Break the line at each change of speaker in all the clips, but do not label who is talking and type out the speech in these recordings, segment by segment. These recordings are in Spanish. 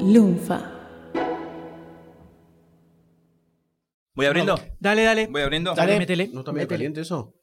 Lunfa.
¿Voy abriendo?
Dale, dale.
¿Voy abriendo?
eh, Dale,
Dale.
métele,
¿No está medio
métele.
caliente eso?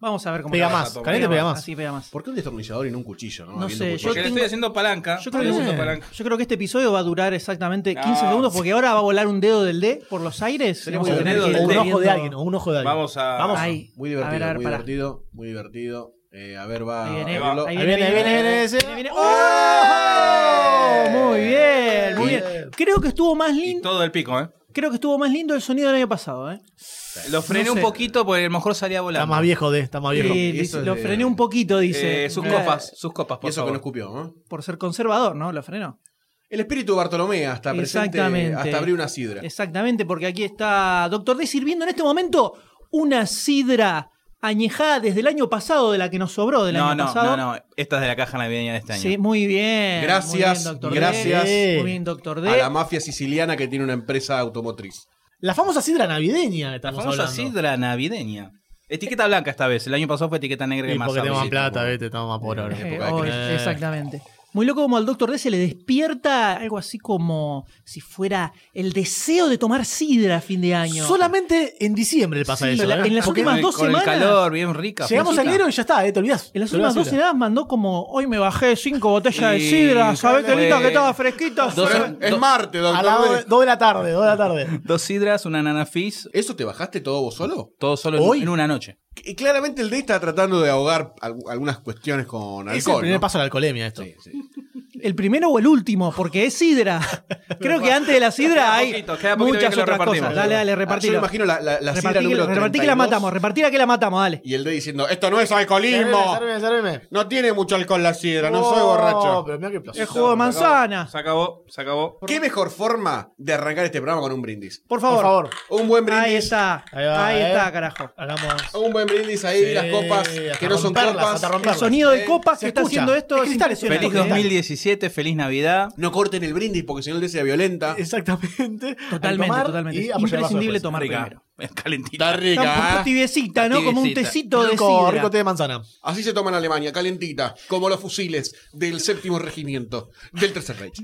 Vamos a ver cómo
Pega
queda.
más,
Pega
caliente pega más.
Así pega más.
¿Por qué un destornillador y no un cuchillo? No,
No
Habiendo
sé,
cuchillo.
Porque le
tengo-
estoy haciendo palanca.
Yo creo,
Le
que,
estoy haciendo
eh,
palanca.
yo creo que este episodio va a durar exactamente 15
No.
segundos porque ahora va a volar un dedo del D por los aires. y
Sería
vamos
un
a tener
dedo
que ir
del
O un
D.
viendo-
ojo de alguien, o un ojo de alguien.
Vamos a.
Vamos.
Ahí.
Muy
A ver,
divertido,
a ver,
muy
pará.
divertido, muy divertido. Eh, a ver, va
Ahí
a
viene,
abrirlo.
ahí
Ahí viene, ahí viene, ahí viene ese.
Viene, viene. ¡Oh! Muy bien, muy
Bien.
bien. Creo que estuvo más
Y
lindo,
todo el pico, ¿eh?
creo que estuvo más lindo el sonido del año pasado, ¿eh?
Lo frené
No sé.
un poquito porque a lo mejor salía
Está
volando.
más viejo de, está más viejo.
Y
y eso es
lo
de-
frené un poquito, dice.
Eh, sus
Eh,
copas, sus copas,
Y
por
eso que no
favor.
escupió, ¿no?
Por ser conservador, ¿no? Lo frenó.
El espíritu de Bartolomé hasta presente,
Exactamente.
hasta abrir una sidra.
Exactamente, porque aquí está Doctor D sirviendo en este momento una sidra añejada desde el año pasado, de la que nos sobró del
No,
año
no,
pasado.
no, no. Esta es de la caja navideña de este año.
Sí, muy bien.
Gracias,
Muy bien, Dr. D.
gracias
Muy bien, Doctor D.
A la mafia siciliana que tiene una empresa automotriz.
La famosa sidra navideña que
La
estamos
famosa
hablando.
sidra navideña. Etiqueta blanca esta vez. El año pasado fue etiqueta negra
Sí,
y más
porque
sabor.
tenemos más plata, vete, estamos más por ahora.
Eh,
época de
hoy,
crisis.
exactamente. Muy loco como al Doctor D se le despierta algo así como si fuera el deseo de tomar sidra a fin de año.
Solamente en diciembre le pasa
Sí,
eso.
la-
¿eh?
en las
Con
últimas
el-
dos
con el
semanas.
calor, bien rica.
Llegamos a
fresquita.
enero y ya está, eh, te olvidás.
En las
Te olvidás
últimas dos
de la sidra.
semanas mandó como, hoy me bajé cinco botellas de
Sí,
sidra, ¿sabés qué
fue-
linda que estaba fresquita?
Dos-
Pero
do-
es Marte,
A las
doctor.
do- dos de la tarde, dos de la tarde.
Dos sidras, una nana fizz,
¿Eso te bajaste todo vos solo?
todo solo en-
Hoy.
en una noche.
Y claramente el D está tratando de ahogar al- algunas cuestiones con
es el
alcohol.
primer
¿no?
paso a la alcoholemia esto.
Sí, sí.
¿El primero o el último? Porque es sidra. Creo que antes de la sidra
Queda
hay
poquito, queda poquito bien
muchas
que lo
otras
repartimos.
cosas. Dale, dale,
Ah, Yo
repartilo.
imagino la, la, la sidra
repartí, que,
número
repartí que la
32,
matamos, repartí la que la matamos, dale.
Y el D diciendo, esto no es alcoholismo.
Sérveme, sérveme.
No tiene mucho alcohol la sidra, no soy
Oh,
borracho.
Pero mira qué
Es
placer.
jugo de manzana.
Se acabó, se acabó.
¿Qué mejor forma de arrancar este programa con un brindis?
Por favor.
Por favor.
Un buen
Ahí
brindis.
está. Ahí,
Ahí va, eh.
está, carajo.
Hagamos.
Un buen brindis ahí,
Sí,
las copas
hasta
que no son
romperlas,
copas.
hasta
El
romperlas.
sonido de
Eh,
copas
se
que está
escucha.
haciendo esto
Es
es
cristal, es una
impresionante.
Feliz 2017, feliz Navidad.
No corten el brindis porque si no el D se violenta.
Exactamente.
Totalmente,
Al tomar
totalmente.
y
Es
apoyar el vaso
imprescindible
después.
tomar
Rica,
primero.
calentita.
Está
Está un
rica,
poco
¿eh?
Ah. tibiecita, ¿no? Como un
Tibiecita.
tecito de
Rico,
sidra.
rico té de manzana.
Así se toma en Alemania, calentita, como los fusiles del séptimo regimiento del Tercer Reich.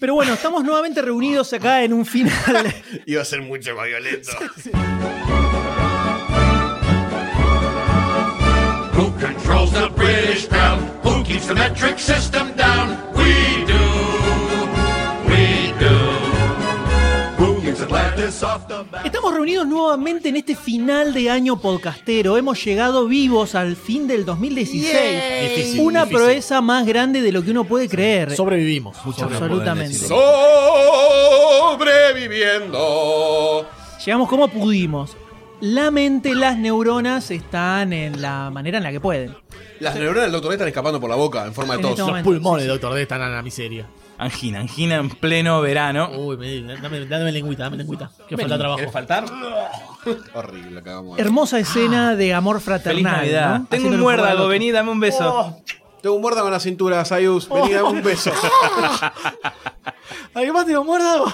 Pero bueno, estamos nuevamente reunidos acá en un final.
Iba a ser mucho más violento.
Who controls the British crown? Who keeps the metric system down? We do. We do. Who keeps Atlantis off the map?
Estamos reunidos nuevamente en este final de año podcastero. Hemos llegado vivos al fin del 2016.
Difícil,
Eh, Una
difícil.
proeza más grande de lo que uno puede creer.
Sobrevivimos.
Absolutamente.
pueden
Sobreviviendo.
Llegamos como pudimos. La mente, las neuronas están en la manera en la que pueden.
Las neuronas del doctor D están escapando por la boca en forma de
En este
tos.
Los
momento.
pulmones, doctor D, están a la miseria.
Angina, angina en pleno verano.
Uy, me- dame, dame lengüita, dame lengüita. Que falta trabajo.
¿Querés faltar?
Horrible, cagamos.
Hermosa escena de amor fraternal.
Ah. Feliz Navidad.
¿no?
Tengo
Haciéndole
un
jugar al
muérdago,
otro.
vení, dame un beso.
Oh, Tengo un muerda con la cintura, Sayus. Vení, dame un beso.
Además, te lo muerdo.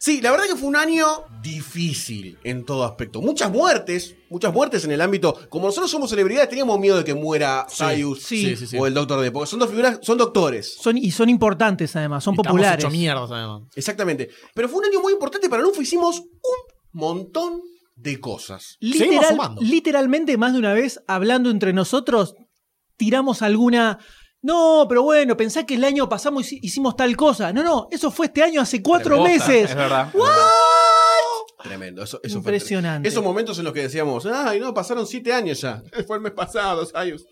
Sí, la verdad que fue un año difícil en todo aspecto. Muchas muertes, muchas muertes en el ámbito. Como nosotros somos celebridades, teníamos miedo de que muera Sayus
sí, sí,
sí.
o el Doctor D. Porque son dos figuras, son doctores.
Son, y son importantes además, son populares.
Estamos hecho mierdas, además.
Exactamente. Pero fue un año muy importante para Lufo. Hicimos un montón de cosas.
Literal-
Seguimos sumando.
literalmente más de una vez hablando entre nosotros, tiramos alguna... No, pero bueno, pensá que el año pasado hici- hicimos tal cosa. No, no, eso fue este año hace cuatro
Posta,
meses.
Es verdad.
Tremendo. Eso, eso fue
Impresionante.
tre- Esos momentos en los que decíamos, ay, no, pasaron siete años ya. Fue el mes pasado, Sayus.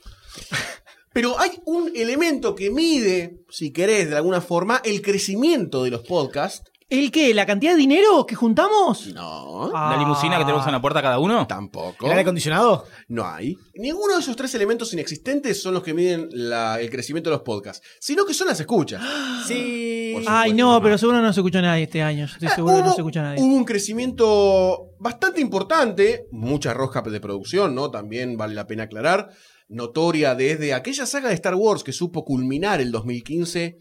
Pero hay un elemento que mide, si querés, de alguna forma, el crecimiento de los podcasts.
¿El qué? ¿La cantidad de dinero que juntamos?
No.
La limusina que tenemos en
Ah,
la puerta cada uno.
Tampoco.
¿El aire acondicionado?
No hay. Ninguno de esos tres elementos inexistentes son los que miden la- el crecimiento de los podcasts, sino que son las escuchas.
Sí.
Por
Ay,
supuesto,
no, pero seguro no se escucha nadie este año. Estoy
Eh,
Ah,
seguro que no se escucha nadie.
hubo un crecimiento bastante importante, mucha rosca de producción, ¿no? También vale la pena aclarar, notoria desde aquella saga de Star Wars que supo culminar el 2015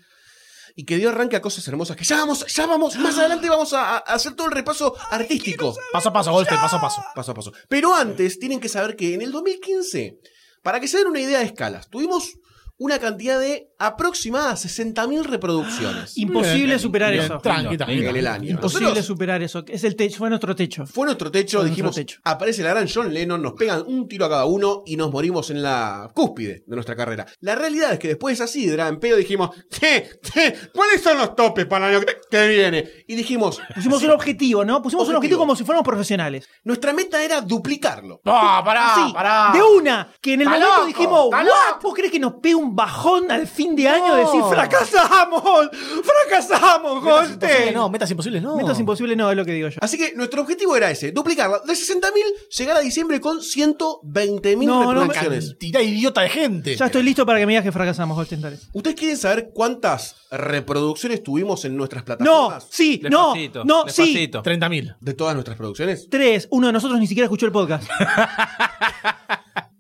y que dio arranque a cosas hermosas, que ya vamos, ya vamos, más adelante vamos a, a hacer todo el repaso artístico.
Paso a paso, golpe, paso a paso.
Paso a paso. Pero antes tienen que saber que en el 2015, para que se den una idea de escalas, tuvimos una cantidad de aproximada 60.000
Ah,
reproducciones
Imposible
Bien,
superar
bien,
eso.
Tranqui,
en
tranqui.
el año.
Imposible
Nosotros-
superar eso. Es el techo, fue nuestro techo.
Fue nuestro techo,
Fue
dijimos,
nuestro techo.
aparece la gran John Lennon, nos pegan un tiro a cada uno y nos morimos en la cúspide de nuestra carrera. La realidad es que después de esa sidra, en pedo dijimos, "Che, che, ¿cuáles son los topes para el año que- que viene? Y dijimos,
Pusimos un objetivo, ¿no? Pusimos un
Objetivo.
objetivo como si fuéramos profesionales.
nuestra meta era duplicarlo.
No, pará,
Así,
pará.
Ah, de una, que en el
Está
momento
loco,
dijimos,
está
¿What?
loco".
¿Vos crees que nos pega un bajón al fin de año?
No.
Decir, fracasamos, fracasamos,
Metas imposibles
Goldstein.
Eh, No, metas imposibles no.
Metas imposibles no, es lo que digo yo.
Así que nuestro objetivo era ese, duplicarla de 60.000, llegar a diciembre con 120.000
No, no me-
reproducciones.
Cantidad idiota de gente.
Ya estoy listo para que me digas que fracasamos, Goldstein. dale.
¿Ustedes quieren saber cuántas reproducciones tuvimos en nuestras
No,
plataformas?
sí,
Despacito,
no, no, sí.
despacito.
30.000.
De todas nuestras producciones,
Tres, uno de nosotros ni siquiera escuchó el podcast.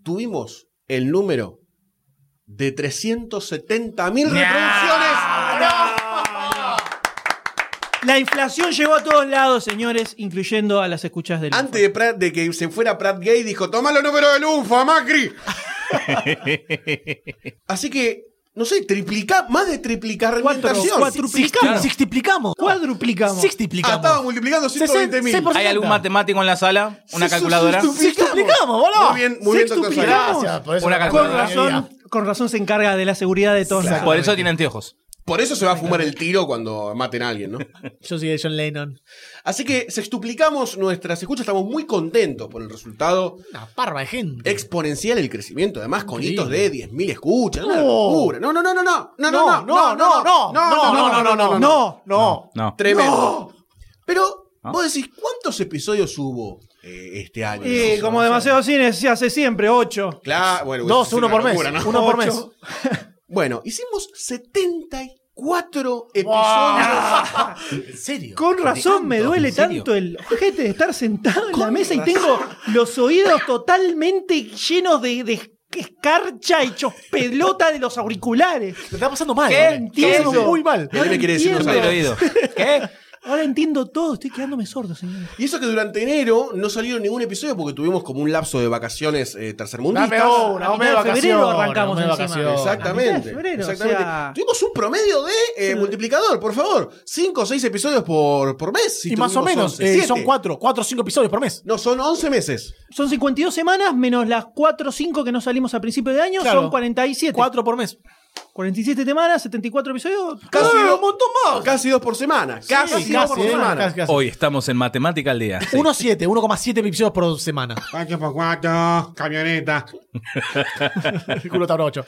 tuvimos el número de 370.000 reproducciones.
La inflación llegó a todos lados, señores, incluyendo a las escuchas del.
Antes de, Pratt- de que se fuera Pratt Gay, dijo: Toma los números del UFA, Macri. Así que, no sé, triplica, más de triplicar
Cuatro, cuatro.
Sixtiplicamos.
Claro.
Sixtiplicamos.
Cuadruplicamos.
Ah, estaba
Sixtiplicamos.
multiplicando 120.000.
por
¿Hay algún
60.
matemático en la sala? ¿Una
Sí,
calculadora?
sí, sí, sí.
Sextuplicamos, boludo.
Muy bien, muy bien, doctor
Sextuplicamos.
Saavedra.
Gracias, por eso.
Una
la
Con
calculadora de
razón,
día.
con razón se encarga de la seguridad de todos nosotros.
Por eso tiene anteojos.
Por eso se va a fumar el tiro cuando maten a alguien, ¿no?
Yo soy de John Lennon.
Así que sextuplicamos nuestras escuchas, estamos muy contentos por el resultado.
Una parva de gente.
Exponencial el crecimiento, además con
Increíble.
hitos de 10.000 escuchas, una
No.
locura. No, no, no, no, no, no, no, no, no, no, no,
no, no, no, no, no.
No.
Tremendo. Pero
¿Ah?
vos decís, ¿cuántos episodios hubo eh, este año?
Y como demasiado cine se hace siempre, ocho.
Claro, bueno,
Dos,
es una
uno por mes.
locura, ¿no?
Uno por mes.
Ocho.
Bueno, hicimos 74 episodios.
¿En serio?
Con razón me duele
¿En serio?
tanto el ojete de estar sentado en la mesa y tengo los oídos totalmente llenos de, de escarcha y pelota de los auriculares.
Te está pasando mal.
¿Qué?
boludo. Te Está
Entiendo.
pasando muy mal.
Y a mí me quiere decir unos
Perder
algo.
el oído. ¿Qué?
Ahora entiendo todo, estoy quedándome sordo, señor.
Y eso que durante enero no salieron ningún episodio porque tuvimos como un lapso de vacaciones eh, tercermundistas.
Dame una,
A
dame
mitad de febrero
vacaciones.
arrancamos
dame
encima.
vacaciones.
La mitad
Exactamente.
de febrero,
exactamente.
o sea-
Tuvimos un promedio de eh, multiplicador, por favor. Cinco o seis episodios por, por mes. si
Y más o
tuvimos
menos,
11,
eh,
siete.
son cuatro, cuatro o cinco episodios por mes.
No, son 11 meses.
Son 52 semanas menos las 4 o 5 que no salimos a principio de año,
Claro.
son 47.
Cuatro por mes.
47 semanas, 74 episodios.
Casi
Ah,
dos,
un montón más.
Casi dos por semana. Casi,
Sí,
dos por
eh,
semana.
casi, casi.
Hoy estamos en matemática al día. Sí.
1,7, 1,7 episodios por semana.
Pancho por cuatro, camioneta.
El culo está 8.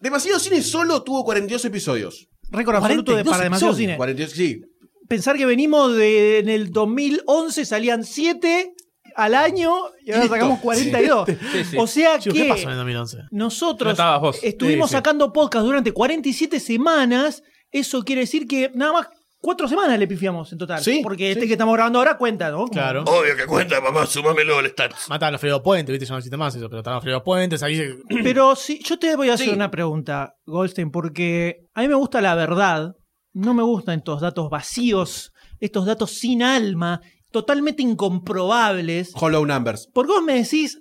Demasiado Cine solo tuvo 42 episodios.
Récord absoluto de
42
para demasiado
episodios.
cine.
42, sí.
Pensar que venimos de en el 2011 salían 7 al año y ahora
Listo.
sacamos 42.
Sí, sí.
O sea que
¿Qué pasó en el 2011?
No
nosotros
estabas vos.
estuvimos
Sí, sí.
sacando podcast durante 47 semanas, eso quiere decir que nada más 4 semanas le pifiamos en total,
Sí,
porque este que estamos grabando ahora cuenta, ¿no? Como-
Claro.
Obvio que cuenta, papá, súmamelo al stats.
Mataron a Fredo Puente, viste, ya no existe más eso, pero estaban Fredo Puente, ahí se-
Pero sí, yo te voy a hacer
Sí.
una pregunta, Goldstein, porque a mí me gusta la verdad, no me gustan estos datos vacíos, estos datos sin alma, totalmente incomprobables.
Hollow Numbers.
Porque vos me decís,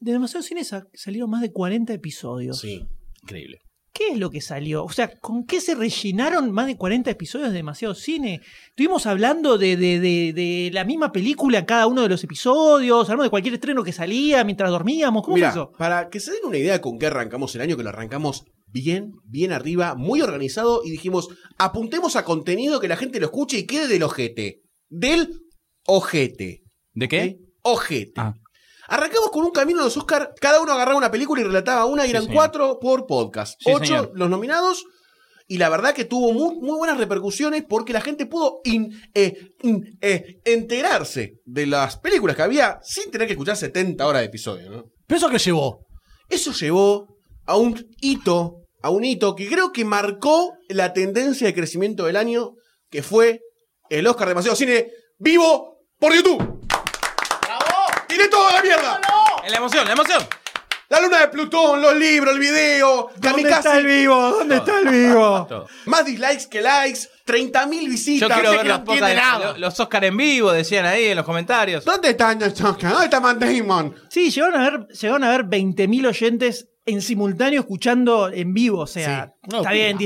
de demasiado cine sa- salieron más de 40 episodios.
Sí.
Increíble.
¿Qué es lo que salió? O sea, ¿con qué se rellenaron más de 40 episodios de demasiado cine? Estuvimos hablando de, de- de- de la misma película en cada uno de los episodios, hablamos de cualquier estreno que salía mientras dormíamos, ¿cómo
Mira,
fue eso?
para que se den una idea con qué arrancamos el año, que lo arrancamos bien, bien arriba, muy organizado, y dijimos, apuntemos a contenido que la gente lo escuche y quede del ojete. Del ojete.
¿De qué?
¿ok? ¿Eh? Ojete.
Ah.
Arrancamos con un camino de los Oscar, cada uno agarraba una película y relataba una, y eran
señor.
cuatro por podcast.
Sí,
Ocho
señor.
los nominados. Y la verdad que tuvo muy, muy buenas repercusiones porque la gente pudo in- eh, in- eh, enterarse de las películas que había sin tener que escuchar 70 horas de episodio, ¿no?
¿Pero eso qué llevó?
Eso llevó a un hito, a un hito que creo que marcó la tendencia de crecimiento del año, que fue el Oscar Demasiado Cine vivo por YouTube. ¡Bravo! ¡Tiré todo a la mierda!
La emoción, la emoción.
La luna de Plutón, los libros, el video,
¿Dónde está el
Kamikaze,
vivo? ¿Dónde está el vivo?
Todo.
más dislikes que likes, 30.000
Yo
visitas.
quiero
sé
ver
que
los,
no entiende
podcasts-
nada.
lo- los Oscar en vivo, decían ahí en los comentarios.
¿Dónde está Nachoca? ¿Dónde está Matt Damon?
Sí, llegaron a ver, llegaron a ver 20.000 oyentes en simultáneo escuchando en vivo. O sea,
Sí.
está
No, locura.
bien,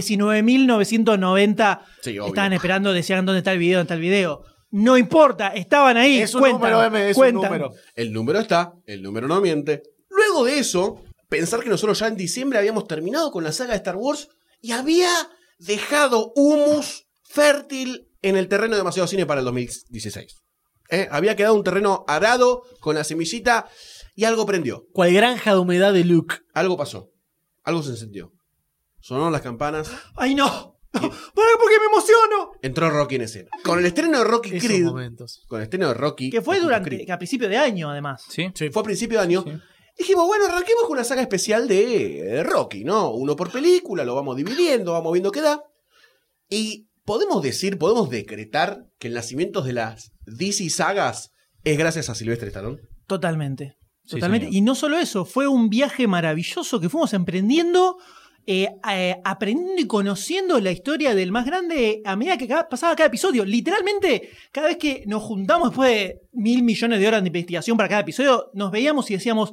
19.990
Sí, obvio.
estaban esperando, decían dónde está el video, dónde está el video. No importa, estaban ahí.
Es un
cuentan,
número, M, es un
cuentan.
número.
El número está, el número no miente. Luego de eso, pensar que nosotros ya en diciembre habíamos terminado con la saga de Star Wars y había dejado humus fértil en el terreno de demasiado cine para el 2016. ¿Eh? Había quedado un terreno arado con la semillita y algo prendió.
Cual granja de humedad de Luke.
Algo pasó. Algo se encendió. Sonaron las campanas.
¡Ay, no! ¡Para porque me emociono!
Entró Rocky en escena. Con el estreno de Rocky
Esos
Creed.
momentos.
Con el estreno de Rocky.
Que fue
Creed.
durante, que a principio de año, además.
Sí.
Sí.
fue a principio de año. Dijimos, bueno, arranquemos con una saga especial de eh, Rocky, ¿no? Uno por película, lo vamos dividiendo, vamos viendo qué da. Y podemos decir, podemos decretar que el nacimiento de las DC sagas es gracias a Silvestre Stallone.
Totalmente.
Sí,
Totalmente.
señor.
y no solo eso, fue un viaje maravilloso que fuimos emprendiendo, eh, eh, aprendiendo y conociendo la historia del más grande a medida que cada- pasaba cada episodio. Literalmente, cada vez que nos juntamos después de mil millones de horas de investigación para cada episodio, nos veíamos y decíamos.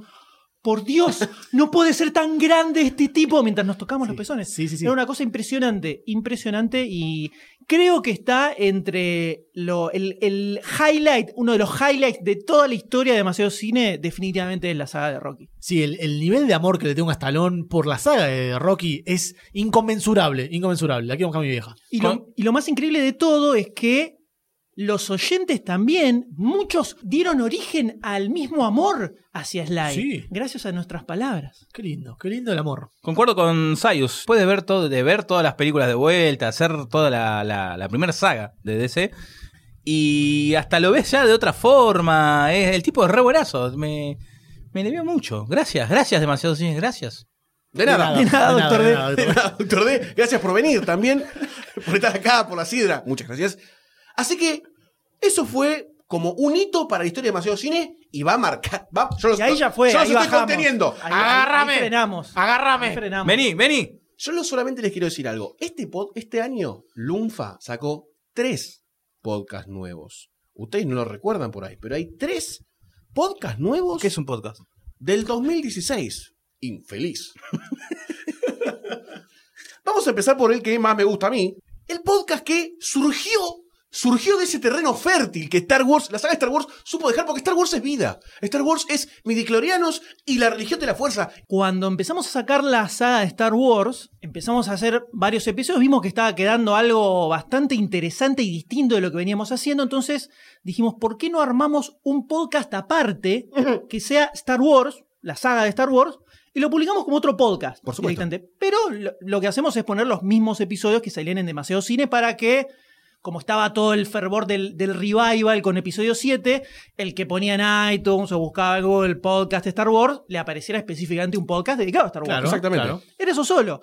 Por Dios, no puede ser tan grande este tipo mientras nos tocamos los pezones.
sí, sí, sí.
Era una cosa impresionante, impresionante y creo que está entre lo, el, el highlight, uno de los highlights de toda la historia de demasiado cine, definitivamente es la saga de Rocky.
Sí, el, el nivel de amor que le tengo a Stallone por la saga de Rocky es inconmensurable, inconmensurable. Aquí vamos a mi vieja.
Y lo, y lo más increíble de todo es que los oyentes también, muchos dieron origen al mismo amor hacia Sly,
Sí.
gracias a nuestras palabras.
Qué lindo, qué lindo el amor.
Concuerdo con Sayus. Puedes ver todo, de ver todas las películas de vuelta, hacer toda la, la, la primera saga de DC. Y hasta lo ves ya de otra forma. Es- el tipo es re buenazo. Me, me debió mucho. Gracias, gracias, demasiado cine, gracias.
De nada.
De nada, doctor D.
De nada, doctor D. Gracias por venir también, por estar acá, por la sidra. Muchas gracias. Así que eso fue como un hito para la historia de demasiado cine y va a marcar. Va, yo los-
Y ahí ya fue,
yo los
ahí
estoy
bajamos.
conteniendo.
Ahí- ahí- ahí
Agárrame.
frenamos. Ahí
Agárrame.
frenamos.
Vení, vení.
Yo lo- solamente les quiero decir algo. Este, pod- este año, Lunfa sacó tres podcasts nuevos. Ustedes no lo recuerdan por ahí, pero hay tres podcasts nuevos
¿Qué es un podcast?
del 2016. Infeliz. Vamos a empezar por el que más me gusta a mí. El podcast que surgió, surgió de ese terreno fértil que Star Wars, la saga de Star Wars, supo dejar porque Star Wars es vida. Star Wars es midiclorianos y la religión de la fuerza.
cuando empezamos a sacar la saga de Star Wars, empezamos a hacer varios episodios, vimos que estaba quedando algo bastante interesante y distinto de lo que veníamos haciendo, entonces dijimos, ¿por qué no armamos un podcast aparte que sea Star Wars, la saga de Star Wars, y lo publicamos como otro podcast?
Por supuesto.
directamente? Pero lo, lo que hacemos es poner los mismos episodios que salían en demasiado cine para que... Como estaba todo el fervor del, del revival con episodio 7, el que ponía en iTunes o buscaba algo Google Podcast de Star Wars, le apareciera específicamente un podcast dedicado a Star Wars.
Claro,
Exactamente.
claro.
Era eso solo.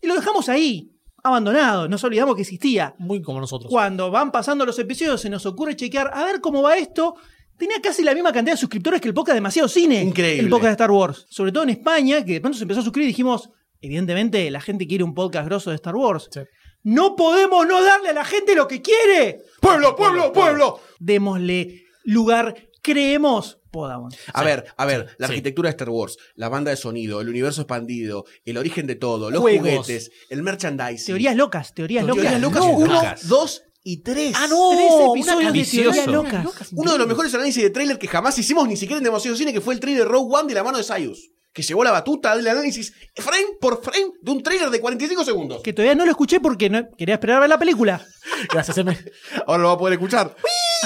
Y lo dejamos ahí, abandonado, nos olvidamos que existía.
Muy como nosotros.
Cuando van pasando los episodios, se nos ocurre chequear a ver cómo va esto. Tenía casi la misma cantidad de suscriptores que el podcast Demasiado Cine.
Increíble.
El podcast de Star Wars. Sobre todo en España, que de pronto se empezó a suscribir y dijimos, evidentemente, la gente quiere un podcast grosso de Star Wars.
Sí.
No podemos no darle a la gente lo que quiere.
Pueblo, pueblo, pueblo.
Démosle lugar, creemos, podamos.
A ver, a ver, la arquitectura de Star Wars, la banda de sonido, el universo expandido, el origen de todo, los
Juegos.
juguetes, el merchandising.
Teorías locas, teorías locas.
Teorías locas
No.
1,
Locas.
2 y 3.
Ah, no, tres
una
episodios de teorías
ambicioso.
locas.
Uno de los mejores análisis de tráiler que jamás hicimos ni siquiera en demasiado cine, que fue el tráiler de Rogue One de la mano de Sayus, que llevó la batuta del análisis frame por frame de un tráiler de 45 segundos.
Que todavía no lo escuché porque no- quería esperar a ver la película.
Gracias, M.
Ahora lo va a poder escuchar.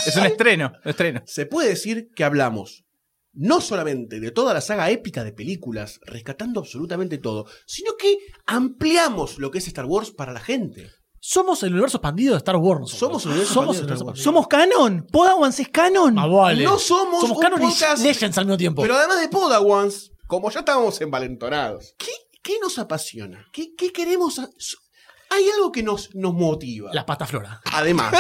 Es un estreno, un estreno.
Se puede decir que hablamos no solamente de toda la saga épica de películas, rescatando absolutamente todo, sino que ampliamos lo que es Star Wars para la gente.
Somos el universo expandido de Star Wars. nosotros.
Somos el universo
Somos
expandido de Star Wars.
¿Somos canon? ¿Podawans es canon?
Ah, vale.
No somos
Somos
un
canon y
podcast-
Legends al mismo tiempo.
Pero además de Podawans, como ya estábamos envalentonados, ¿qué, qué nos apasiona? ¿Qué, qué queremos? a- so- Hay algo que nos, nos motiva.
Las pastas flora.
Además,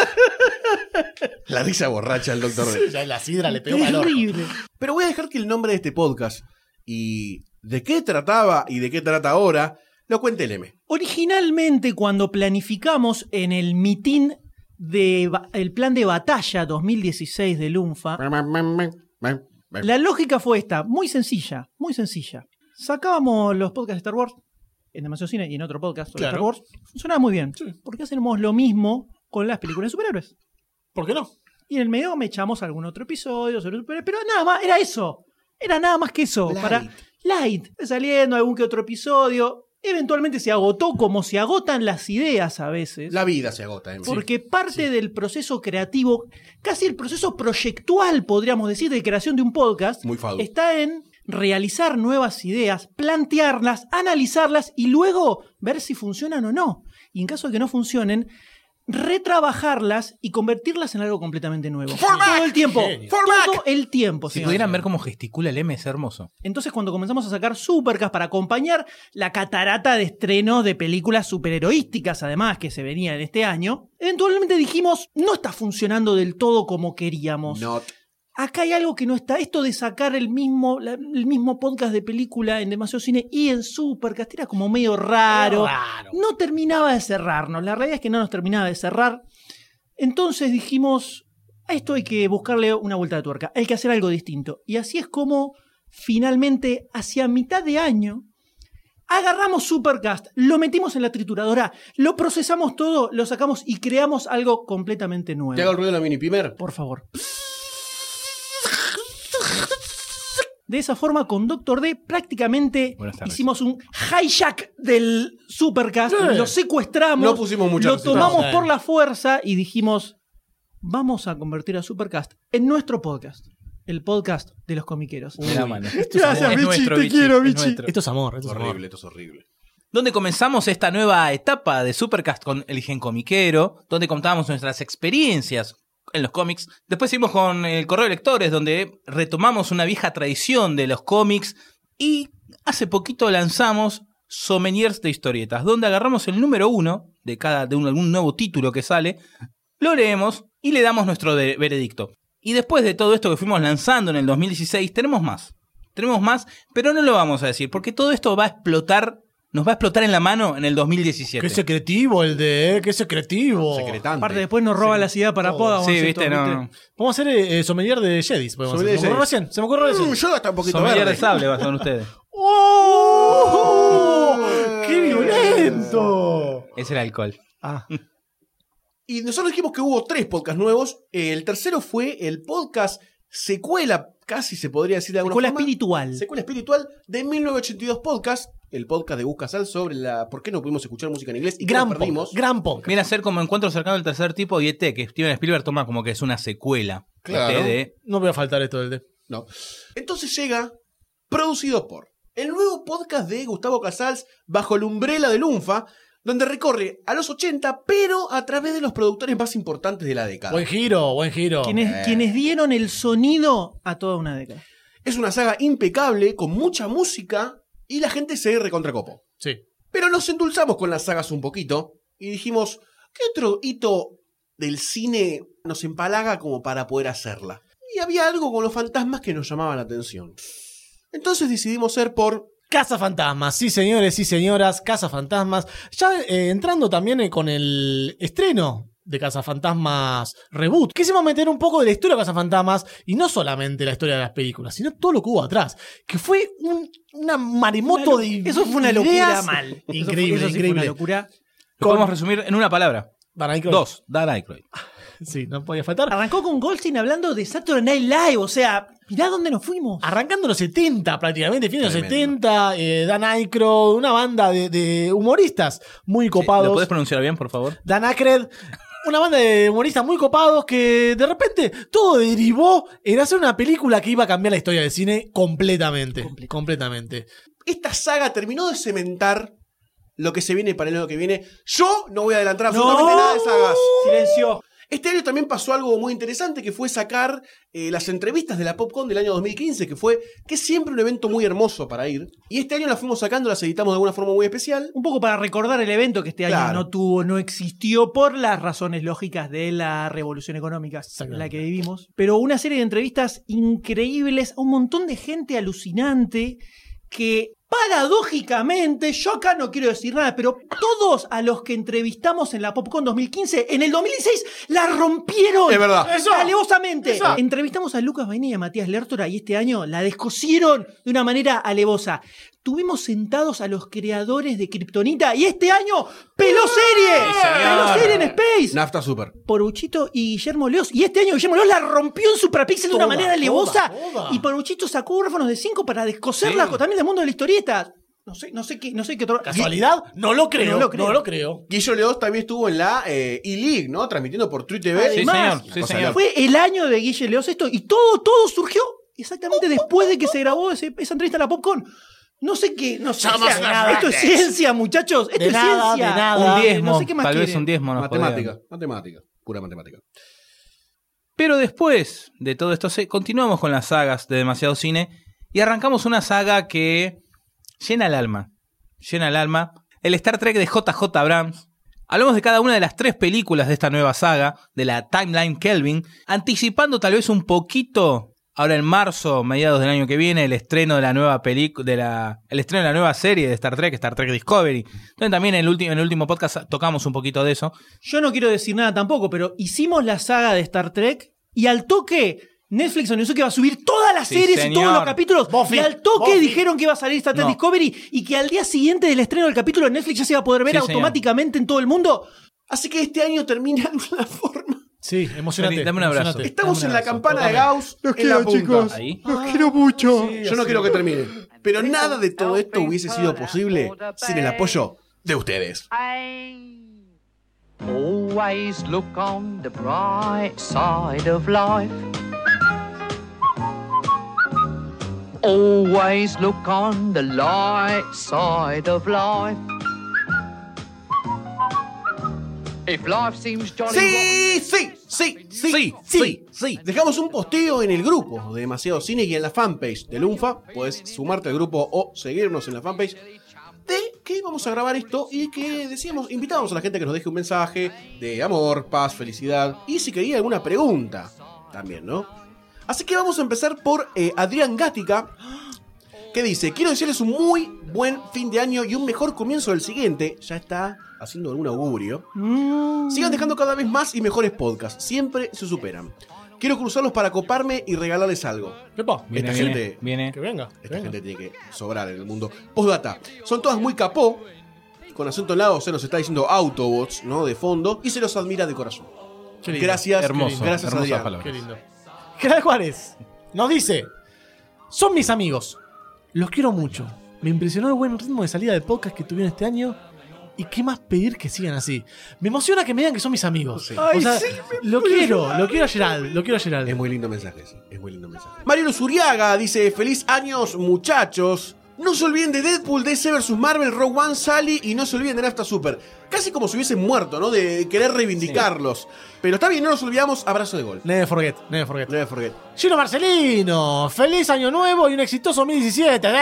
la risa borracha del doctor D.
Ya la sidra le pegó calor.
Terrible.
Pero voy a dejar que el nombre de este podcast y de qué trataba y de qué trata ahora lo cuente el M.
Originalmente, cuando planificamos en el mitin del plan de batalla 2016 Ah. de Lunfa, la lógica fue esta, muy sencilla, muy sencilla. Sacábamos los podcasts de Star Wars en Demasiado Cine y en otro podcast sobre
Claro.
Star Wars. Funcionaba muy bien. ¿Por qué hacemos lo mismo con las películas de superhéroes?
¿Por qué no?
Y en el medio me echamos algún otro episodio sobre superhéroes, pero nada más, era eso. Era nada más que eso.
Light.
Para Light, saliendo algún que otro episodio. Eventualmente se agotó como se agotan las ideas a veces.
La vida se agota, Emma.
Porque parte del proceso creativo, casi el proceso proyectual, podríamos decir, de creación de un podcast,
Muy fado.
está en realizar nuevas ideas, plantearlas, analizarlas y luego ver si funcionan o no. Y en caso de que no funcionen, retrabajarlas y convertirlas en algo completamente nuevo. Todo el tiempo.
Genio.
Todo el tiempo.
Si
señor.
pudieran ver cómo gesticula el M, es hermoso.
Entonces, cuando comenzamos a sacar supercas para acompañar la catarata de estrenos de películas superheroísticas, además, que se venía en este año, eventualmente dijimos, no está funcionando del todo como queríamos.
Not.
Acá hay algo que no está. Esto de sacar el mismo, la- el mismo podcast de película en demasiado cine y en supercast era como medio raro.
Raro.
No terminaba de cerrarnos. La realidad es que no nos terminaba de cerrar. Entonces dijimos, a esto hay que buscarle una vuelta de tuerca, hay que hacer algo distinto. Y así es como finalmente, hacia mitad de año, agarramos Supercast, lo metimos en la trituradora, lo procesamos todo, lo sacamos y creamos algo completamente
Te hago el
nuevo.
ruido de la mini pimer.
Por favor. De esa forma, con Doctor D, prácticamente
Buenas tardes.
hicimos un hijack del Supercast,
Sí.
lo secuestramos,
No pusimos mucha
lo
resistencia.
tomamos
Sí.
por la fuerza y dijimos, vamos a convertir a Supercast en nuestro podcast, el podcast de los comiqueros.
De la mano.
Gracias,
Es
Bichi,
nuestro,
te quiero,
es
Bichi.
nuestro.
Esto es amor, esto es amor.
Horrible, esto es horrible.
donde comenzamos esta nueva etapa de Supercast con El Gen Comiquero, donde contábamos nuestras experiencias en los cómics. Después seguimos con el correo de lectores, donde retomamos una vieja tradición de los cómics. Y hace poquito lanzamos Sommeliers de historietas, donde agarramos el número uno de cada de un- algún nuevo título que sale, lo leemos y le damos nuestro de- veredicto. Y después de todo esto que fuimos lanzando en el 2016, tenemos más. Tenemos más, pero no lo vamos a decir, porque todo esto va a explotar, nos va a explotar en la mano en el 2017.
Qué secretivo el de, eh, qué secretivo.
Secretante.
Aparte, después nos roba la ciudad para
Oh.
Sí,
Poda.
sí, viste, no, no.
Vamos a hacer eh, sommelier de Jedis. podemos
Sommelier
hacer. Se me ocurrió
de Jedis.
recién, se me ocurrió recién.
Mm, yo hasta un poquito
Sommelier
verde.
de sable va a ser ustedes.
¡Oh! ¡Qué violento!
Es el alcohol.
Ah,
Y nosotros dijimos que hubo tres podcasts nuevos. El tercero fue el podcast secuela, casi se podría decir de alguna
Escuela
forma.
espiritual.
Secuela espiritual de 1982 Podcast, el podcast de Buscasal sobre la por qué no pudimos escuchar música en inglés y
gran
qué nos perdimos.
podcast, gran podcast.
Viene a ser como encuentro cercano del tercer tipo y ET, que Steven Spielberg toma como que es una secuela.
Claro.
ET
Eh.
de-
No voy a faltar esto del de.
No. Entonces llega, producido por el nuevo podcast de Gustavo Casals bajo la umbrela de Lunfa, donde recorre a los 80, pero a través de los productores más importantes de la década.
Buen giro, buen giro.
Quienes, quienes dieron el sonido a toda una década.
Es una saga impecable, con mucha música, y la gente se recontracopó.
Sí.
Pero nos endulzamos con las sagas un poquito y dijimos, ¿qué otro hito del cine nos empalaga como para poder hacerla? Y había algo con los fantasmas que nos llamaba la atención. Entonces decidimos ser por...
Casa Fantasmas, sí señores, sí señoras, Casa Fantasmas. Ya eh, entrando también eh, con el estreno de Casa Fantasmas Reboot. Quisimos meter un poco de la historia de Casa Fantasmas y no solamente la historia de las películas, sino todo lo que hubo atrás, que fue un una maremoto
Una
de
lo- Eso fue una locura
ideas.
mal. Eso fue- eso
Increíble,
sí fue
increíble.
una locura.
Lo podemos resumir en una palabra.
Van Aykroyd.
Dos. Dan Aykroyd.
Sí, no podía faltar.
Arrancó con Goldstein hablando de Saturday Night Live. O sea, mirá dónde nos fuimos.
Arrancando los 70 prácticamente, fin de los
Tremendo.
70, eh, Dan Aykroyd, una banda de, de humoristas muy
¿Lo
copados.
puedes pronunciar bien, por favor?
Dan Aykroyd, una banda de humoristas muy copados que de repente todo derivó en hacer una película que iba a cambiar la historia del cine completamente.
Completamente.
Completamente.
Esta saga terminó de cementar lo que se viene para el año que viene. Yo no voy a adelantar absolutamente nada de sagas.
Silencio.
Este año también pasó algo muy interesante que fue sacar eh, las entrevistas de la PopCon del año 2015, que fue que es siempre un evento muy hermoso para ir. Y este año las fuimos sacando, las editamos de alguna forma muy especial.
Un poco para recordar el evento que este año
Claro.
no tuvo, no existió por las razones lógicas de la revolución económica en la que vivimos. Pero una serie de entrevistas increíbles, a un montón de gente alucinante que Paradójicamente, yo acá no quiero decir nada, pero todos a los que entrevistamos en la PopCon 2015, en el 2006, la rompieron.
Es verdad.
Eso.
Alevosamente.
Eso.
Entrevistamos a Lucas Vainilla y a Matías Lertora y este año la descosieron de una manera alevosa. Tuvimos sentados a los creadores de Kryptonita y este año, peló serie.
señor.
Peló serie en Space.
Nafta Super.
Poruchito y Guillermo Leos. Y este año Guillermo Leos la rompió en Suprapixel de una
Toda,
manera alevosa.
toda, toda.
Y Poruchito sacó órfanos de 5 para descoserla
Sí.
co- también del mundo de la historieta. No sé, no sé qué, no sé qué otro.
¿Casualidad? No lo
No
creo. No
lo creo.
lo creo.
Guillo Leoz también estuvo en la eh, E-League, ¿no? Transmitiendo por Twitch TV.
Ah, Sí,
Además,
señor. Sí,
cosa
señor.
Fue el año de Guille Leos esto. Y todo, todo surgió exactamente después de que se grabó ese- esa entrevista a la Popcorn. No sé qué, no sé.
Somos
o sea,
los
nada. Esto es
grandes.
ciencia, muchachos. Esto
De
es
nada,
ciencia.
de nada.
Un
Dale,
diezmo,
No sé qué más
tal vez
quieren.
un diezmo nos
Matemática,
podrían.
matemática, pura matemática.
Pero después de todo esto, se- continuamos con las sagas de demasiado cine y arrancamos una saga que llena el alma. Llena el alma. El Star Trek de JJ Abrams. Hablamos de cada una de las tres películas de esta nueva saga, de la Timeline Kelvin, anticipando tal vez un poquito, ahora en marzo, mediados del año que viene, el estreno de la nueva película, de la, el estreno de la nueva serie de Star Trek, Star Trek Discovery. Entonces también en el, ulti- en el último podcast tocamos un poquito de eso.
Yo no quiero decir nada tampoco, pero hicimos la saga de Star Trek y al toque Netflix anunció que va a subir todas las
Sí,
series y
señor.
todos los capítulos.
Buffy,
y al toque
Buffy.
dijeron que iba a salir Star Trek
No.
Discovery y que al día siguiente del estreno del capítulo Netflix ya se iba a poder ver
Sí, señor.
automáticamente en todo el mundo.
Así que este año termina de una forma.
Sí, emocionante.
Dame un abrazo.
Estamos en la campana de
Gao.
Gauss. en la punta.
Ahí.
Los quiero mucho.
Yo no quiero que termine. Pero nada de todo esto hubiese sido posible sin el apoyo de ustedes.
Always look on the bright side of life. Always look on the light side of life. If life seems jolly
Sí, sí, sí, sí, sí, sí, Dejamos un posteo en el grupo de Demasiado Cine y en la fanpage de Lunfa. Puedes sumarte al grupo o seguirnos en la fanpage de que íbamos a grabar esto y que decíamos, invitábamos a la gente que nos deje un mensaje de amor, paz, felicidad y si quería alguna pregunta también, ¿no? Así que vamos a empezar por eh, Adrián Gatica, que dice, quiero decirles un muy buen fin de año y un mejor comienzo del siguiente. Ya está haciendo algún augurio. Sigan dejando cada vez más y mejores podcasts. Siempre se superan. Quiero cruzarlos para coparme y regalarles algo.
Epa,
Viene,
Esta
viene,
gente-
viene.
que venga. que
Esta
venga.
gente tiene que sobrar en el mundo. Postdata. Son todas muy capó. Con acento en lado se nos está diciendo Autobots, ¿no? De fondo. Y se los admira de corazón.
Qué lindo.
Gracias.
Hermoso,
Gracias,
hermosas
Adrián.
palabras.
Qué lindo. Gerard Juárez nos dice: Son mis amigos. Los quiero mucho. Me impresionó el buen ritmo de salida de podcast que tuvieron este año. ¿Y qué más pedir que sigan así? Me emociona que me digan que son mis amigos.
Ay,
O sea,
sí,
lo quiero, lo quiero a Gerald, lo quiero a Gerald.
Es muy lindo mensaje ese, Es muy lindo mensaje. Mariano Zuriaga dice: Feliz años, muchachos. No se olviden de Deadpool, DC vs Marvel, Rogue One, Sally y no se olviden de Nafta Super. Casi como si hubiesen muerto, ¿no? De querer reivindicarlos. Pero está bien, no nos olvidamos. Abrazo de gol.
Never forget, never forget.
No me forget.
Gino Marcelino, feliz año nuevo y un exitoso 2017. ¡Eh!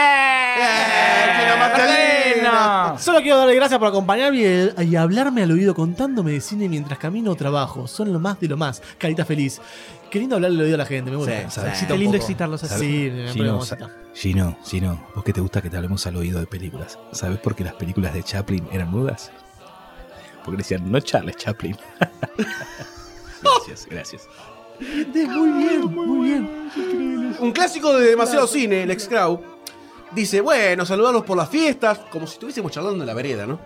¡Eh, Magdalena!
Solo quiero darle gracias por acompañarme y, y hablarme al oído contándome de cine mientras camino o trabajo. Son lo más de lo más. Carita feliz. Qué lindo hablarle al oído a la gente, me gusta.
Sí,
Me
sí.
excita
Qué
un
lindo
poco.
excitarlos así.
Sí, me pone
Gino,
mamacita.
Gino, Gino, vos que te gusta que te hablemos al oído de películas. ¿Sabés por qué las películas de Chaplin eran mudas? Porque decían, no charles Chaplin. gracias, gracias.
Eh,
Muy bien, muy bien.
Un clásico de demasiado cine, el ex Crow. Dice, bueno, saludarlos por las fiestas, como si estuviésemos charlando en la vereda, ¿no?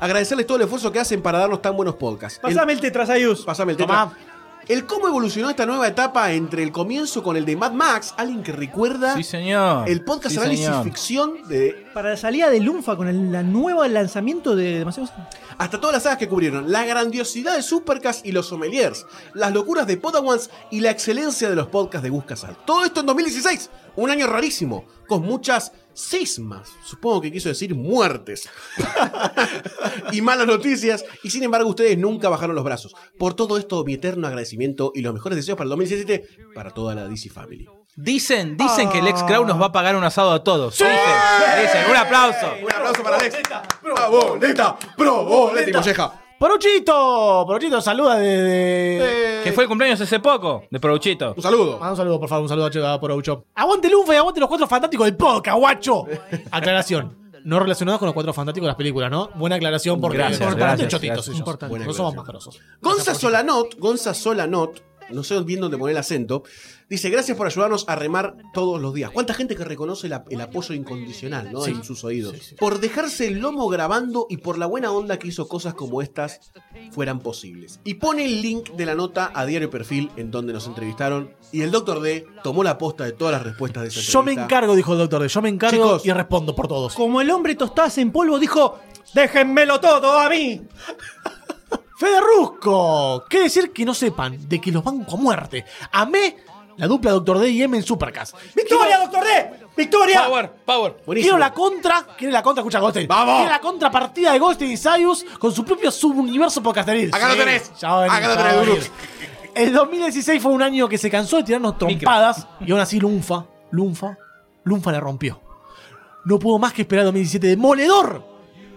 Agradecerles todo el esfuerzo que hacen para darnos tan buenos podcasts. El-
Pasame el Tetrasayus.
pasame el tema.
Tomá.
El cómo evolucionó esta nueva etapa entre el comienzo con el de Mad Max, alguien que recuerda
Sí, señor.
el podcast
Sí,
análisis
señor.
ficción de
Para la salida de Lunfa con el la nuevo lanzamiento de Demasiado.
hasta todas las sagas que cubrieron, la grandiosidad de Supercast y los sommeliers, las locuras de Podawans y la excelencia de los podcasts de Gus Casal. Todo esto en 2016, un año rarísimo, con muchas cismas, supongo que quiso decir muertes, y malas noticias, y sin embargo ustedes nunca bajaron los brazos. Por todo esto, mi eterno agradecimiento y los mejores deseos para el 2017 para toda la DC Family.
Dicen, dicen que el ex Crow nos va a pagar un asado a todos. Dicen, dicen, un aplauso.
Un aplauso para Alex. ¡Pro boleta! ¡Pro boleta! y molleja.
¡Poruchito! Poruchito saluda desde.
Eh,
Que fue el cumpleaños hace poco de Prouchito.
Un saludo.
Manda un saludo, por favor, un saludo a Che- a Porucho. Aguante el UFA y aguante los cuatro fantásticos del podcast, guacho. Aclaración. No relacionados con los cuatro fantásticos de las películas, ¿no? Buena aclaración porque
Gracias,
son
gracias,
bastante chotitos
gracias.
ellos.
Importante.
No somos mascarosos.
Gonza Solanot, Gonza Solanot, no sé bien dónde poner el acento, dice, gracias por ayudarnos a remar todos los días. ¿Cuánta gente que reconoce la- el apoyo incondicional ¿no? en sus oídos? Por dejarse el lomo grabando y por la buena onda que hizo cosas como estas fueran posibles. Y pone el link de la nota a Diario Perfil en donde nos entrevistaron y el Dr. D tomó la posta de todas las respuestas de esa
Yo me
entrevista.
encargo, dijo el doctor D. Yo me encargo
Chicos.
y respondo por todos.
Como el hombre tostaz en polvo dijo, déjenmelo todo a mí.
Fede Rusco, ¿qué decir que no sepan de que los banco a muerte? Amé la dupla Doctor D y M en Supercast.
¡Victoria, doctor D! ¡Victoria!
power.
Buenísimo.
Quiero la contra, quiero la contra, escucha Goldstein.
¡Vamos!
Quiero la contrapartida de Goldstein y Sayus con su propio subuniverso podcasteril.
Acá lo
Sí.
tenés.
Ya va a venir,
Acá lo
ya va a
tenés,
venir. El 2016 fue un año que se cansó de tirarnos trompadas y aún así Lunfa, Lunfa, Lunfa la rompió. No pudo más que esperar el 2017 demoledor.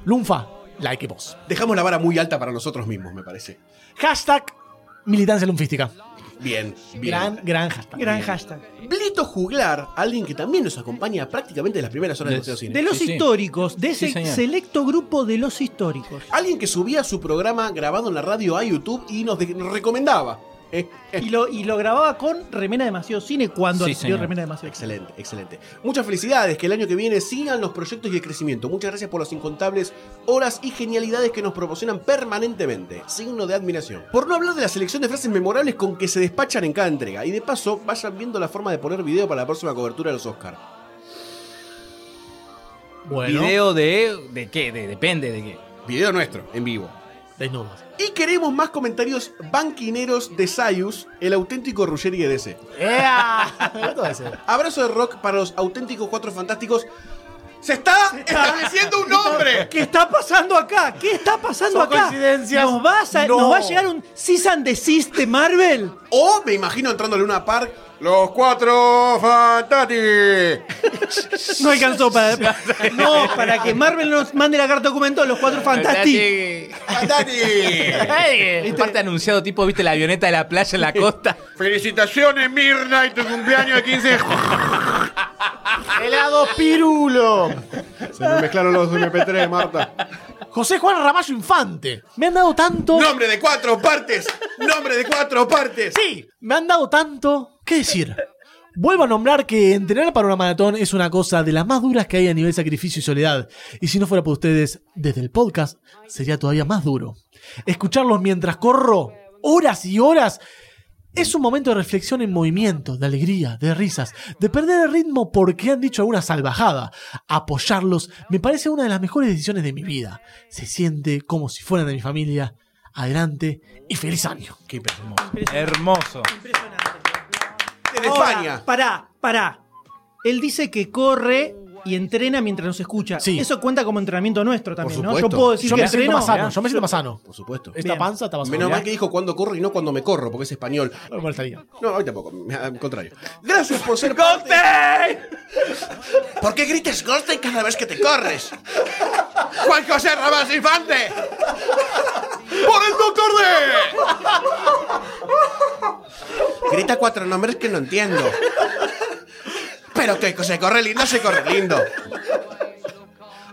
Lunfa, like vos.
Dejamos la vara muy alta para nosotros mismos, me parece.
Hashtag militancia lunfística.
Bien, bien.
Gran, gran hashtag.
Gran hashtag.
Blito Juglar, alguien que también nos acompaña prácticamente en las primeras horas del Museo Cine.
De los
Sí, sí.
históricos, de ese
Sí, señor.
selecto grupo de los históricos.
Alguien que subía su programa grabado en la radio a YouTube y nos, de- nos recomendaba. Eh, eh.
Y lo, y lo grababa con Remena Demasiado Cine cuando
Sí,
asistió
señor.
Remena Demasiado Cine.
Excelente, excelente. Muchas felicidades, que el año que viene sigan los proyectos y el crecimiento. Muchas gracias por las incontables horas y genialidades que nos proporcionan permanentemente. Signo de admiración. Por no hablar de la selección de frases memorables con que se despachan en cada entrega. Y de paso, vayan viendo la forma de poner video para la próxima cobertura de los Oscars.
Bueno,
Video de. ¿De qué? De- depende de qué.
Video nuestro, en vivo.
desnudos.
Y queremos más comentarios banquineros de Sayus, el auténtico Ruggeri de DC.
¡Ea! Todo ese.
Abrazo de rock para los auténticos cuatro fantásticos. ¡Se está estableciendo un nombre!
¿Qué está pasando acá? ¿Qué está pasando
Son
acá?
coincidencias.
¿Nos, vas a-
No.
¿Nos va a llegar un cease and desist de Marvel?
O me imagino entrándole una par. ¡Los cuatro fantásticos!
No alcanzó para. No, para que Marvel nos mande la carta documento a los cuatro fantásticos.
¡Fantásticos!
Parte anunciado, tipo, viste la avioneta de la playa en la costa.
Felicitaciones, Mirna, y tu cumpleaños de 15.
¡Helado pirulo!
Se me mezclaron los MP3, Marta.
José Juan Ramallo Infante. Me han dado tanto.
¡Nombre de cuatro partes! ¡Nombre de cuatro partes!
Sí, me han dado tanto. ¿Qué decir? Vuelvo a nombrar que entrenar para una maratón es una cosa de las más duras que hay a nivel sacrificio y soledad. Y si no fuera por ustedes, desde el podcast sería todavía más duro. Escucharlos mientras corro horas y horas es un momento de reflexión en movimiento, de alegría, de risas, de perder el ritmo porque han dicho alguna salvajada. Apoyarlos me parece una de las mejores decisiones de mi vida. Se siente como si fueran de mi familia. Adelante y feliz año.
Hermoso.
¡Desde España!
Pará, pará. Él dice que corre y entrena mientras nos escucha.
Sí.
Eso cuenta como entrenamiento nuestro también, ¿no? Yo
supuesto.
puedo decir
yo
que
me siento
entreno.
más sano, yo me siento más sano.
Por supuesto.
Esta
Bien.
panza está más
Menos mal
sana.
que dijo cuando corro y no cuando me corro, porque es español.
No me molestaría.
No, hoy tampoco, al contrario. Gracias por ser parte. ¿Por qué gritas Goldstein cada vez que te corres? ¡Juan José Ramás Infante! ¡Por el doctor D! Grita cuatro nombres que no entiendo. Pero que se corre lindo, se corre lindo.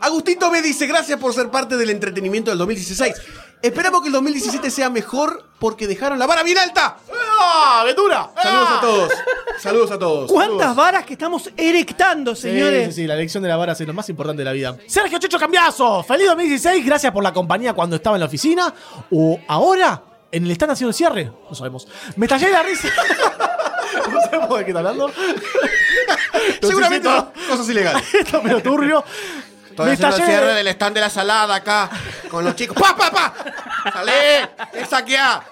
Agustito me dice, gracias por ser parte del entretenimiento del 2016. Esperamos que el 2017 sea mejor porque dejaron la vara bien alta.
¡Ah, aventura!
Saludos a todos. Saludos a todos.
¿Cuántas
Saludos.
varas que estamos erectando, señores?
Sí, sí, sí, la elección de la vara es lo más importante de la vida. Sergio Checho Cambiazo, feliz 2016, gracias por la compañía cuando estaba en la oficina o ahora en el stand haciendo el cierre, no sabemos. Me estallé la risa. no sabemos de qué está hablando.
Seguramente
Entonces,
son cosas ilegales.
esto- Esto me lo turbio. Me estallé-
del stand de la salada acá con los chicos. ¡Pa, pa, pa! ¡Salé! ¡Es ah! saqueá!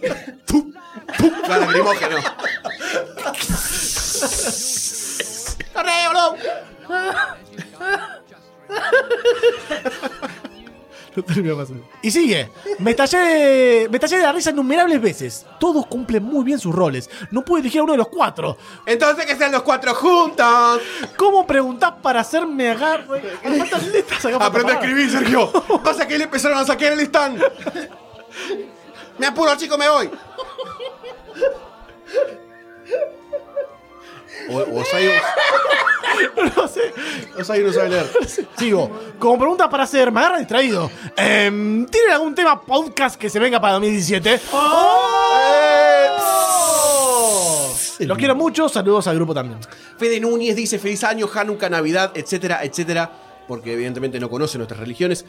¡Gato! La lacrimógeno.
No termina más o menos. Y sigue. Me estallé, me estallé de la risa innumerables veces. Todos cumplen muy bien sus roles. No pude elegir a uno de los cuatro.
Entonces que sean los cuatro juntos.
¿Cómo preguntás para hacerme agarrar? ¿Cuántas letras acá para
Aprende a
tapar?
escribir, Sergio. Pasa que le empezaron a saquear el stand. Me apuro, chico, me voy. O, o Osai,
No sé.
Osai no sabe leer.
Sigo. Como preguntas para hacer, me agarra distraído. Em, ¿Tienen algún tema podcast que se venga para 2017?
¡Oh!
Los quiero mucho. Saludos al grupo también.
Fede Núñez dice feliz año, Hanukkah, Navidad, etcétera, etcétera, porque evidentemente no conoce nuestras religiones.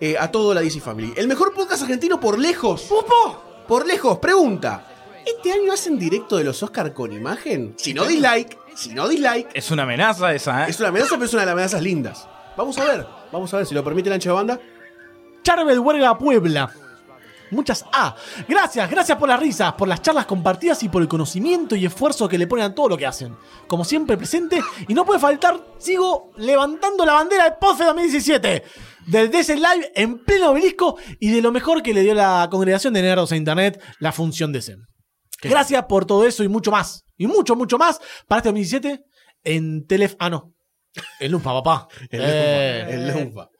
Eh, a todo la DC Family. El mejor podcast argentino por lejos. ¡Pupo! Por lejos, pregunta. ¿Este año hacen directo de los Oscar con imagen? Si no dislike, si no dislike.
Es una amenaza esa, ¿eh?
Es una amenaza, pero es una de las amenazas lindas. Vamos a ver, vamos a ver si lo permite el ancho de banda.
Charbel Huerga Puebla. Muchas A. Gracias, gracias por las risas, por las charlas compartidas y por el conocimiento y esfuerzo que le ponen a todo lo que hacen. Como siempre presente, y no puede faltar, sigo levantando la bandera de POFE 2017. Del DC Live en pleno obelisco y de lo mejor que le dio la congregación de nerdos a internet, la función DC. Gracias por todo eso y mucho más. Y mucho, mucho más para este 2017 en Telef... Ah, no. El Lumpa, papá.
El
Eh.
Lumpa, el Lumpa.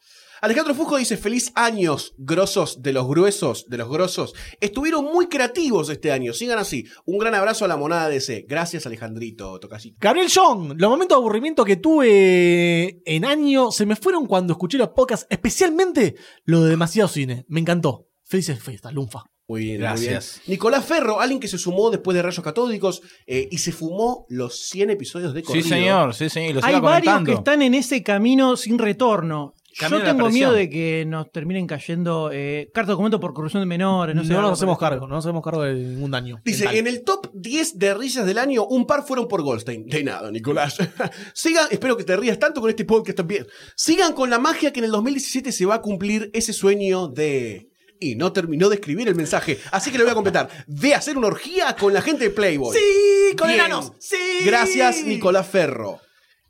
Alejandro Fusco dice, feliz años, grosos de los gruesos, de los grosos. Estuvieron muy creativos este año, sigan así. Un gran abrazo a la monada DC. Gracias, Alejandrito, Tocasito.
Gabriel John, los momentos de aburrimiento que tuve en año se me fueron cuando escuché los podcasts, especialmente lo de demasiado cine. Me encantó. Felices fiestas, Lunfa.
Muy bien, muy
Gracias.
bien. Nicolás Ferro, alguien que se sumó después de Rayos Catódicos eh, y se fumó los 100 episodios de
Sí,
corrido.
señor, sí, sí. Los
Hay
iba
varios que
comentando.
están en ese camino sin retorno.
Camino
Yo
de la
tengo miedo de
perdición.
que nos terminen cayendo eh, cartas de documento por corrupción de menores. No,
No,
sé, algo
nos hacemos
por el-
cargo, no nos hacemos cargo de ningún daño.
Dice,
mental.
en el top 10 de risas del año, un par fueron por Goldstein. De nada, Nicolás. Sigan, espero que te rías tanto con este podcast también. Sigan con la magia que en el 2017 se va a cumplir ese sueño de... Y no terminó de escribir el mensaje, así que lo voy a completar. De hacer una orgía con la gente de Playboy.
¡Sí! ¡Con
Bien.
enanos! ¡Sí!
Gracias, Nicolás Ferro.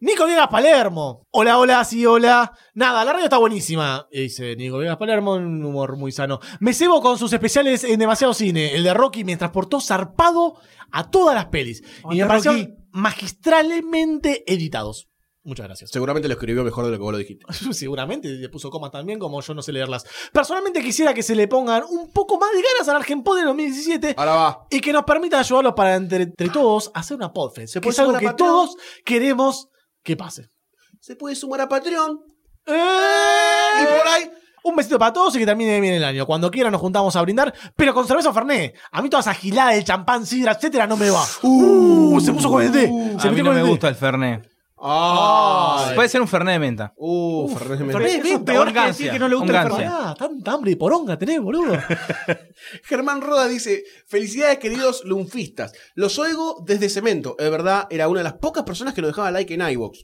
Nico Viegas Palermo. Hola, hola, sí, hola. Nada, la radio está buenísima. Y Dice Nico Viegas Palermo, un humor muy sano. Me cebo con sus especiales en demasiado cine. El de Rocky me transportó zarpado a todas las pelis. Y me
Aguante,
parecieron
Rocky.
magistralmente editados. Muchas gracias.
Seguramente lo escribió mejor de lo que vos lo dijiste.
Seguramente le puso comas también, como yo no sé leerlas. Personalmente quisiera que se le pongan un poco más de ganas al Argenpod de 2017
Ahora va.
y que nos permita ayudarlos para entre, entre todos hacer una podfest.
¿Se
Se
puede
es algo
sumar a
que
Patreon?
todos queremos que pase.
Se puede sumar a Patreon.
¡Eh!
Y por ahí...
Un besito para todos y que termine bien el año. Cuando quieran nos juntamos a brindar, pero con cerveza o Fernet. A mí toda esa gilada del champán, sidra, etcétera, no me va. Uh, se puso con el D. Se
a mí
metió
no
con
me
el D.
gusta el Fernet.
Ay.
Puede ser un Fernet de menta.
Uh, Pues, Fernández Mendoza.
Fernández,
Eso es
es peor que decir
gancia,
que no le
con
gusta el
gancia.
Fernet.
Pará, Ah, tanta hambre y poronga tenés, boludo.
Germán Roda dice, felicidades queridos lunfistas, los oigo desde Cemento, de verdad era una de las pocas personas que nos dejaba like en iVoox.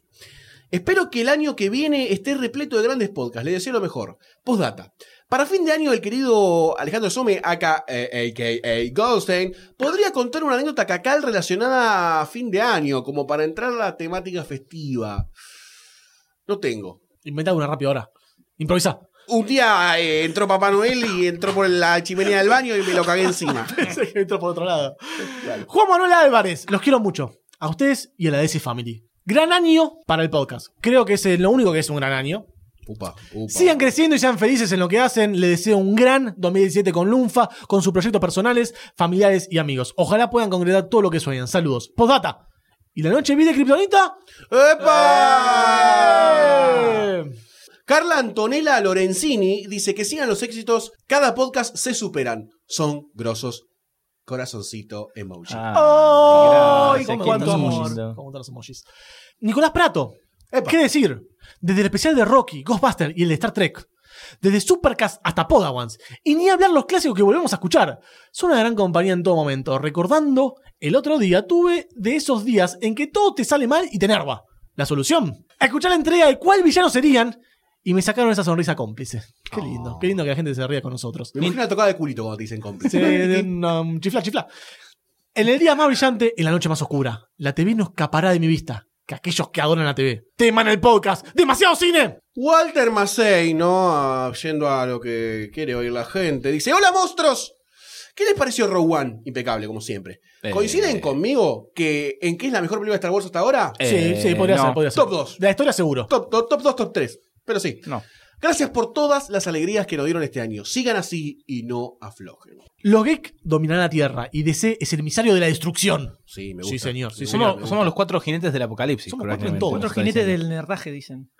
Espero que el año que viene esté repleto de grandes podcasts, les deseo lo mejor. Postdata. Para fin de año el querido Alejandro Some, aka, eh, aka Goldstein, podría contar una anécdota cacal relacionada a fin de año, como para entrar a la temática festiva. No tengo.
Inventa una rápida ahora. Improvisa.
Un día eh, entró Papá Noel y entró por la chimenea del baño y me lo cagué encima.
Pensé que entró por otro lado. Juan Manuel Álvarez, los quiero mucho. A ustedes y a la DC Family. Gran año para el podcast. Creo que es eh, lo único que es un gran año.
Upa, upa.
Sigan creciendo y sean felices en lo que hacen. Les deseo un gran 2017 con Lunfa, con sus proyectos personales, familiares y amigos. Ojalá puedan concretar todo lo que sueñan. Saludos. Postdata. ¿Y la noche vive Kryptonita?
¡Epa!
Eh,
Carla Antonella Lorenzini dice que sigan los éxitos, cada podcast se superan. Son grosos. Corazoncito emoji.
Ah,
Ah,
¡Ay!
gracias,
¿Cómo
qué
cuánto
lindo.
amor? ¿Cómo están los emojis? Nicolás Prato. ¿Qué decir? Desde el especial de Rocky, Ghostbuster y el de Star Trek. Desde Supercast hasta Podawans. Y ni hablar los clásicos que volvemos a escuchar. Son una gran compañía en todo momento. Recordando, el otro día tuve de esos días en que todo te sale mal y te enerva. La solución. Escuchar la entrega de cuál villano serían. Y me sacaron esa sonrisa cómplice. Qué lindo. Qué lindo que la gente se ría con nosotros.
Me imagino una tocada de culito cuando te dicen cómplice.
Sí, de una- chifla, chifla. En el día más brillante, en la noche más oscura, la TV no escapará de mi vista que aquellos que adoran la TV. Tema en el podcast. ¡Demasiado cine!
Walter Massey, ¿no? Ah, yendo a lo que quiere oír la gente, dice: ¡Hola, monstruos! ¿Qué les pareció Rogue One? Impecable, como siempre.
Eh.
¿Coinciden conmigo que en qué es la mejor película de Star Wars hasta ahora?
sí, sí, podría
no.
ser, podría ser.
Top dos.
De la historia seguro.
Top, top, top 2, top 3. Pero sí.
No.
Gracias por todas las alegrías que nos dieron este año. Sigan así y no aflojen.
Los geek dominarán la Tierra y DC es el emisario de la destrucción.
Sí, me
Sí,
gusta.
señor, sí,
Me
señor,
gusta, me
Somos, somos los cuatro jinetes del apocalipsis.
Somos cuatro en
probablemente.
todo.
Otros jinetes del nerdaje, dicen.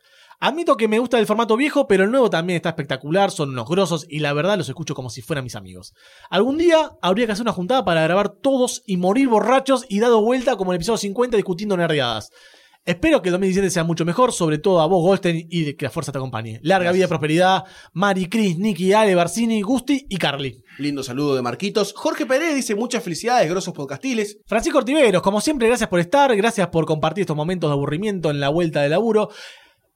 Admito que me gusta el formato viejo, pero el nuevo también está espectacular, son unos grosos y la verdad los escucho como si fueran mis amigos. Algún día habría que hacer una juntada para grabar todos y morir borrachos y dado vuelta como en el episodio 50 discutiendo nerdeadas. Espero que el 2017 sea mucho mejor, sobre todo a vos, Goldstein, y de que la fuerza te acompañe. Larga vida y prosperidad. Mari, Cris, Nicky, Ale, Barcini, Gusti y Carly.
Lindo saludo de Marquitos. Jorge Pérez dice muchas felicidades, grosos podcastiles.
Francisco Ortiveros, como siempre, gracias por estar, gracias por compartir estos momentos de aburrimiento en la vuelta de laburo,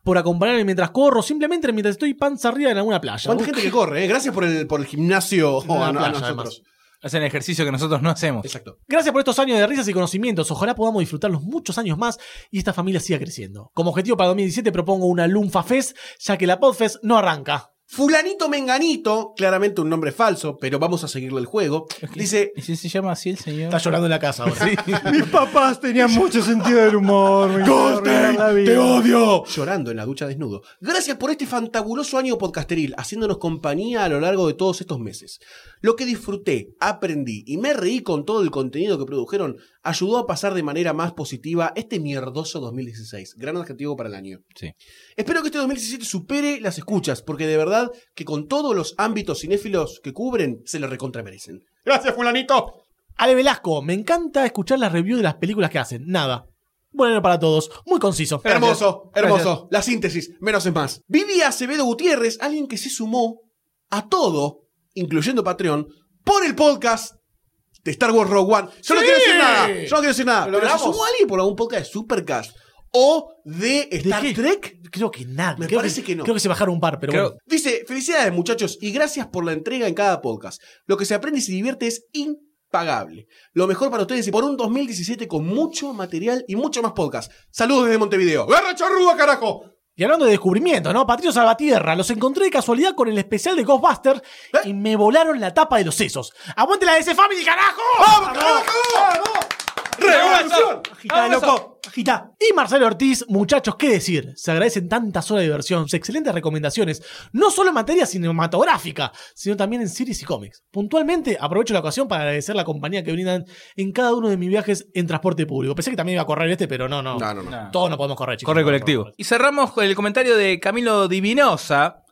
por acompañarme mientras corro, simplemente mientras estoy panza arriba en alguna playa.
Cuánta gente que corre, ¿eh? Gracias por el, por el gimnasio
uh, Una
a- a
playa,
nosotros.
además.
Hacen ejercicio que nosotros no hacemos.
Exacto.
Gracias por estos años de risas y conocimientos. Ojalá podamos disfrutarlos muchos años más y esta familia siga creciendo. Como objetivo para 2017 propongo una Lumfa Fest, ya que la Podfest no arranca.
Fulanito Menganito, claramente un nombre falso, pero vamos a seguirle el juego. Dice,
¿Y si se llama así el señor?
llorando en la casa ahora.
Mis papás tenían mucho sentido del humor. me hicieron arruinar la vida.
odio! Llorando en la ducha desnudo. Gracias por este fantabuloso año podcasteril, haciéndonos compañía a lo largo de todos estos meses. Lo que disfruté, aprendí y me reí con todo el contenido que produjeron ayudó a pasar de manera más positiva este mierdoso 2016. Gran adjetivo para el año.
Sí.
Espero que este 2017 supere las escuchas, porque de verdad que con todos los ámbitos cinéfilos que cubren, se lo recontramerecen. ¡Gracias, fulanito!
Ale Velasco, me encanta escuchar las reviews de las películas que hacen. Nada. Buen año para todos. Muy conciso.
Hermoso, hermoso. La síntesis, menos es más. Vivi Acevedo Gutiérrez, alguien que se sumó a todo, incluyendo Patreon, por el podcast de Star Wars Rogue One. Yo no quiero decir nada, yo no quiero decir nada. Pero se sumó alguien por algún podcast de Supercast o de Star
qué?
Trek.
Creo que nada.
Me
creo
parece que no.
Creo que se bajaron un par, pero
Creo-
bueno.
Dice, felicidades muchachos y gracias por la entrega en cada podcast. Lo que se aprende y se divierte es impagable. Lo mejor para ustedes y por un 2017 con mucho material y mucho más podcast. Saludos desde Montevideo. ¡Garra charrúa, carajo!
Y hablando de descubrimientos, ¿no? Patricio Salvatierra, los encontré de casualidad con el especial de Ghostbusters
¿Eh?
y me volaron la tapa de los sesos. ¡Aguante la de ese Family, carajo!
¡Vamos, carajo! ¡Revolución!
Agitá, loco, agitá. Y Marcelo Ortiz, muchachos, ¿qué decir? Se agradecen tantas horas de diversión, sus excelentes recomendaciones, no solo en materia cinematográfica, sino también en series y cómics. Puntualmente, aprovecho la ocasión para agradecer la compañía que brindan en cada uno de mis viajes en transporte público. Pensé que también iba a correr este, pero no, no.
No, no, no.
No.
Todos no podemos correr, chicos.
Corre
No, no, no.
colectivo. Y cerramos con el comentario de Camilo Divinosa,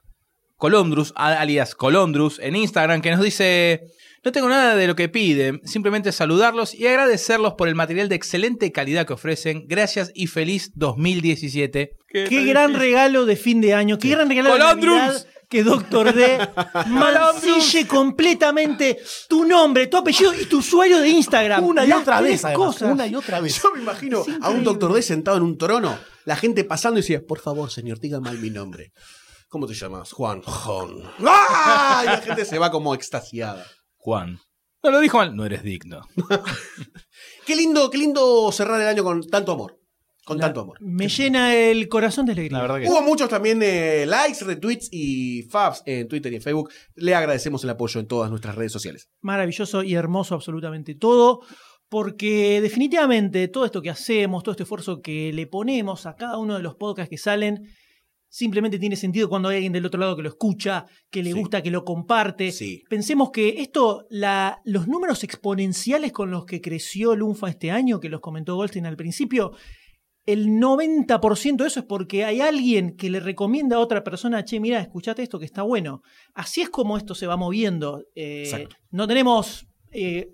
Colondrus, a- alias Colondrus, en Instagram, que nos dice: No tengo nada de lo que piden, simplemente saludarlos y agradecerlos por el material de excelente calidad que ofrecen. Gracias y feliz 2017.
Qué, gran regalo de fin de año, qué gran regalo
Colondrums.
de Navidad que Doctor D mancille completamente tu nombre, tu apellido y tu usuario de Instagram.
Una y
Las
otra
tres
vez, además,
cosas.
Una y otra vez.
Yo me imagino a un doctor D sentado en un trono, la gente pasando y decía, por favor, señor, diga mal mi nombre. ¿Cómo te llamas? Juan. Juan. ¡Ah! Y la gente se va como extasiada.
Juan. No lo dijo mal, no eres digno.
Qué lindo, qué lindo cerrar el año con tanto amor. Con tanto amor.
Me llena el corazón de alegría.
La verdad que.
Hubo muchos también eh, likes, retweets y fabs en Twitter y en Facebook. Le agradecemos el apoyo en todas nuestras redes sociales.
maravilloso y hermoso absolutamente todo, porque definitivamente todo esto que hacemos, todo este esfuerzo que le ponemos a cada uno de los podcasts que salen, simplemente tiene sentido cuando hay alguien del otro lado que lo escucha, que le
Sí.
gusta, que lo comparte.
Sí.
Pensemos que esto, la- los números exponenciales con los que creció Lunfa este año, que los comentó Goldstein al principio, el 90% de eso es porque hay alguien que le recomienda a otra persona, che, mira, escuchate esto que está bueno. Así es como esto se va moviendo. Eh,
Exacto.
no tenemos eh,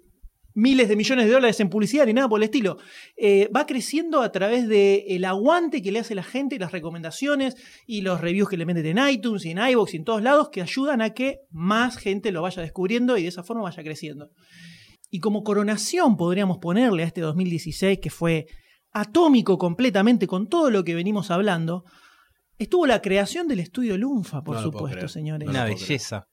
miles de millones de dólares en publicidad ni nada por el estilo. Eh, va creciendo a través del el aguante que le hace la gente, y las recomendaciones y los reviews que le meten en iTunes y en iVoox y en todos lados que ayudan a que más gente lo vaya descubriendo y de esa forma vaya creciendo. Y como coronación podríamos ponerle a este 2016 que fue atómico completamente con todo lo que venimos hablando, estuvo la creación del estudio Lunfa, por
No lo puedo
supuesto,
creer.
señores
Una belleza.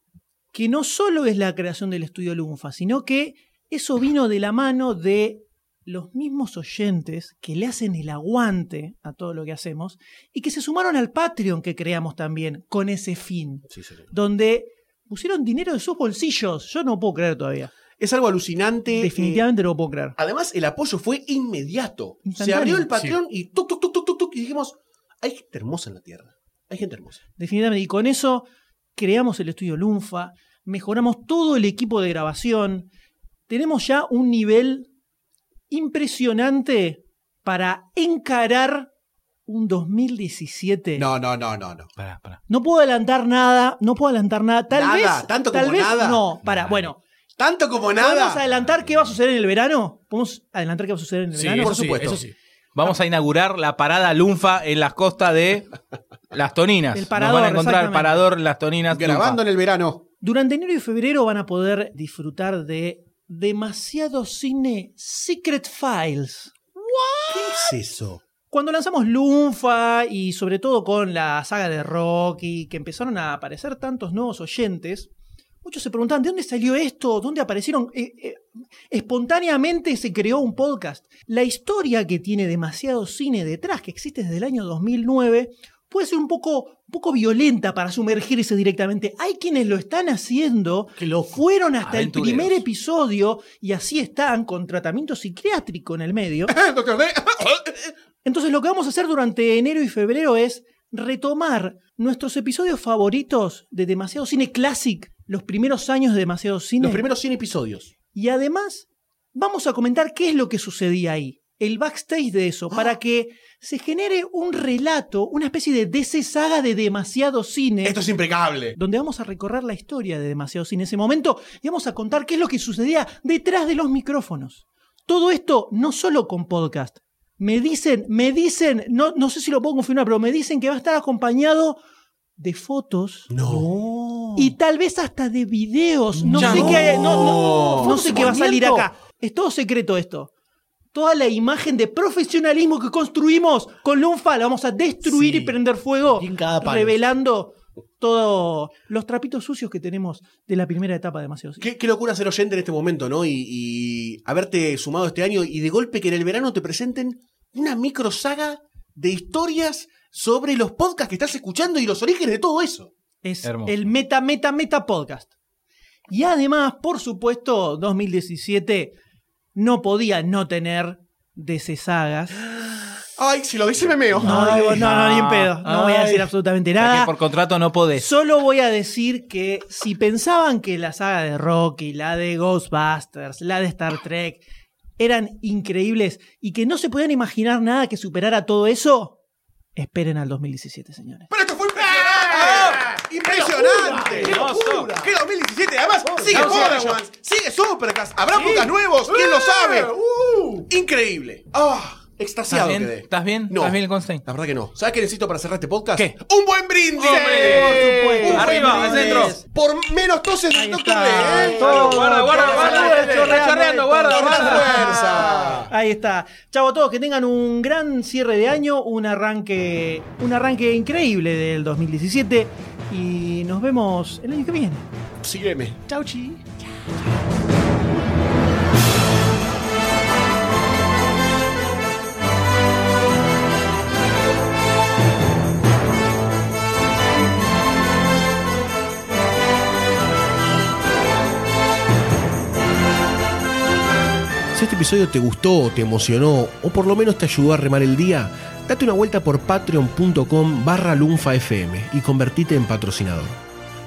que no solo es la creación del estudio Lunfa, sino que eso vino de la mano de los mismos oyentes que le hacen el aguante a todo lo que hacemos y que se sumaron al Patreon que creamos también con ese fin, donde pusieron dinero de sus bolsillos. Yo no lo puedo creer todavía.
Es algo alucinante.
Definitivamente no lo puedo creer.
Eh, además, el apoyo fue inmediato. Se
Instantáneo.
abrió el Patreon y tuk, tuk, tuk, tuk, tuk, tuk, y dijimos, hay gente hermosa en la Tierra. Hay gente hermosa.
Definitivamente. Y con eso creamos el estudio Lunfa, mejoramos todo el equipo de grabación. Tenemos ya un nivel impresionante para encarar un 2017.
No, no, no, no, no.
Pará, pará.
No puedo adelantar nada, no puedo adelantar nada. Tal
Nada,
vez.
tanto
tal
como
vez
nada.
no. Para,
Nada.
bueno.
Tanto como
¿Podemos
nada.
adelantar qué va a suceder en el verano? ¿Podemos adelantar qué va a suceder en el
Sí,
verano?
por
sí,
supuesto.
eso
sí.
Vamos a inaugurar la parada Lunfa en las costas de Las Toninas.
El
Nos
parador,
van a encontrar el
exactamente.
parador Las Toninas.
Grabando
Lunfa.
en el verano.
Durante enero y febrero van a poder disfrutar de demasiado cine Secret Files.
¿Qué es eso?
Cuando lanzamos Lunfa y sobre todo con la saga de Rocky, que empezaron a aparecer tantos nuevos oyentes, muchos se preguntaban, ¿de dónde salió esto? ¿Dónde aparecieron? Eh, eh, espontáneamente se creó un podcast. La historia que tiene demasiado cine detrás, que existe desde el año 2009, puede ser un poco, un poco violenta para sumergirse directamente. Hay quienes lo están haciendo,
Qué loco.
fueron hasta el
Aventureros.
primer episodio y así están con tratamiento psiquiátrico en el medio.
Doctor D.
Entonces lo que vamos a hacer durante enero y febrero es retomar nuestros episodios favoritos de Demasiado Cine Classic, los primeros años de Demasiado Cine.
Los primeros 100 episodios.
Y además vamos a comentar qué es lo que sucedía ahí, el backstage de eso,
Ah.
para que se genere un relato, una especie de DC saga de Demasiado Cine.
Esto es impecable.
donde vamos a recorrer la historia de Demasiado Cine en ese momento y vamos a contar qué es lo que sucedía detrás de los micrófonos. Todo esto no solo con podcast. Me dicen, me dicen, no, no sé si lo puedo confirmar, pero me dicen que va a estar acompañado de fotos
No.
y tal vez hasta de videos. No,
Ya
sé
no.
qué, no, no- no sé qué va a salir
Fotos
acá. Es todo secreto esto. Toda la imagen de profesionalismo que construimos con Lunfa la vamos a destruir
Sí.
y prender fuego,
Bien cada palo.
revelando todos los trapitos sucios que tenemos de la primera etapa de Demasiado Cine.
Qué, qué locura ser oyente en este momento, ¿no? Y, y haberte sumado este año y de golpe que en el verano te presenten una micro saga de historias sobre los podcasts que estás escuchando y los orígenes de todo eso.
Es
Hermoso.
el meta, meta, meta podcast. Y además, por supuesto, 2017 no podía no tener DC sagas.
Ay, si lo dice me meo.
No,
Ay,
digo, no, no, ni en pedo. No voy a
ay.
decir absolutamente
Porque
nada.
por contrato no podés.
Solo voy a decir que si pensaban que la saga de Rocky, la de Ghostbusters, la de Star Trek eran increíbles y que no se podían imaginar nada que superara todo eso, esperen al 2017, señores.
Pero esto fue impresionante. ¡Impresionante!
Hermoso.
¡Qué 2017! Además, sigue
hermoso.
Podawans, sigue Supercast, habrá podcasts nuevos, ¿quién lo sabe? Increíble. Ah,
¿Estás
extasiado
bien?
quedé.
¿Estás bien?
No.
¿Estás bien, Constein?
La verdad que no. ¿Sabes qué necesito para cerrar este podcast?
¿Qué?
¡Un buen brindis!
por supuesto.
Arriba,
buen
al
brindis.
centro.
Por menos toses
Ahí
del doctor
está.
D. ¿eh?
Todo
Guarda, guarda, guarda.
Está chorreando,
Está chorreando, guarda,
Por la
guarda.
fuerza.
Ahí está. Chavo a todos, que tengan un gran cierre de año, un arranque, un arranque increíble del 2017 y nos vemos el año que viene.
Sígueme.
Chau, chi.
Si este episodio te gustó, te emocionó o por lo menos te ayudó a remar el día, date una vuelta por patreon.com barra lunfafm y convertite en patrocinador.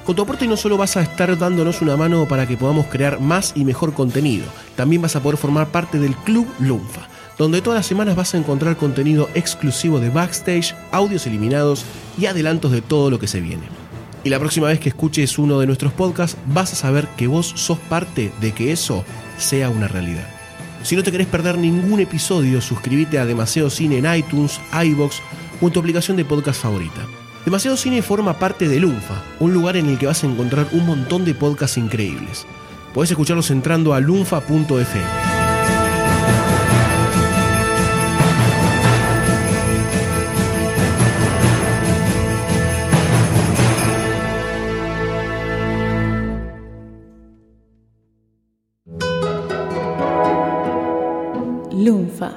Con tu aporte no solo vas a estar dándonos una mano para que podamos crear más y mejor contenido, también vas a poder formar parte del Club Lunfa, donde todas las semanas vas a encontrar contenido exclusivo de backstage, audios eliminados y adelantos de todo lo que se viene. Y la próxima vez que escuches uno de nuestros podcasts vas a saber que vos sos parte de que eso sea una realidad. Si no te querés perder ningún episodio, suscríbete a Demasiado Cine en iTunes, iBox o en tu aplicación de podcast favorita. Demasiado Cine forma parte de Lunfa, un lugar en el que vas a encontrar un montón de podcasts increíbles. Podés escucharlos entrando a lunfa.fm.
Lunfa.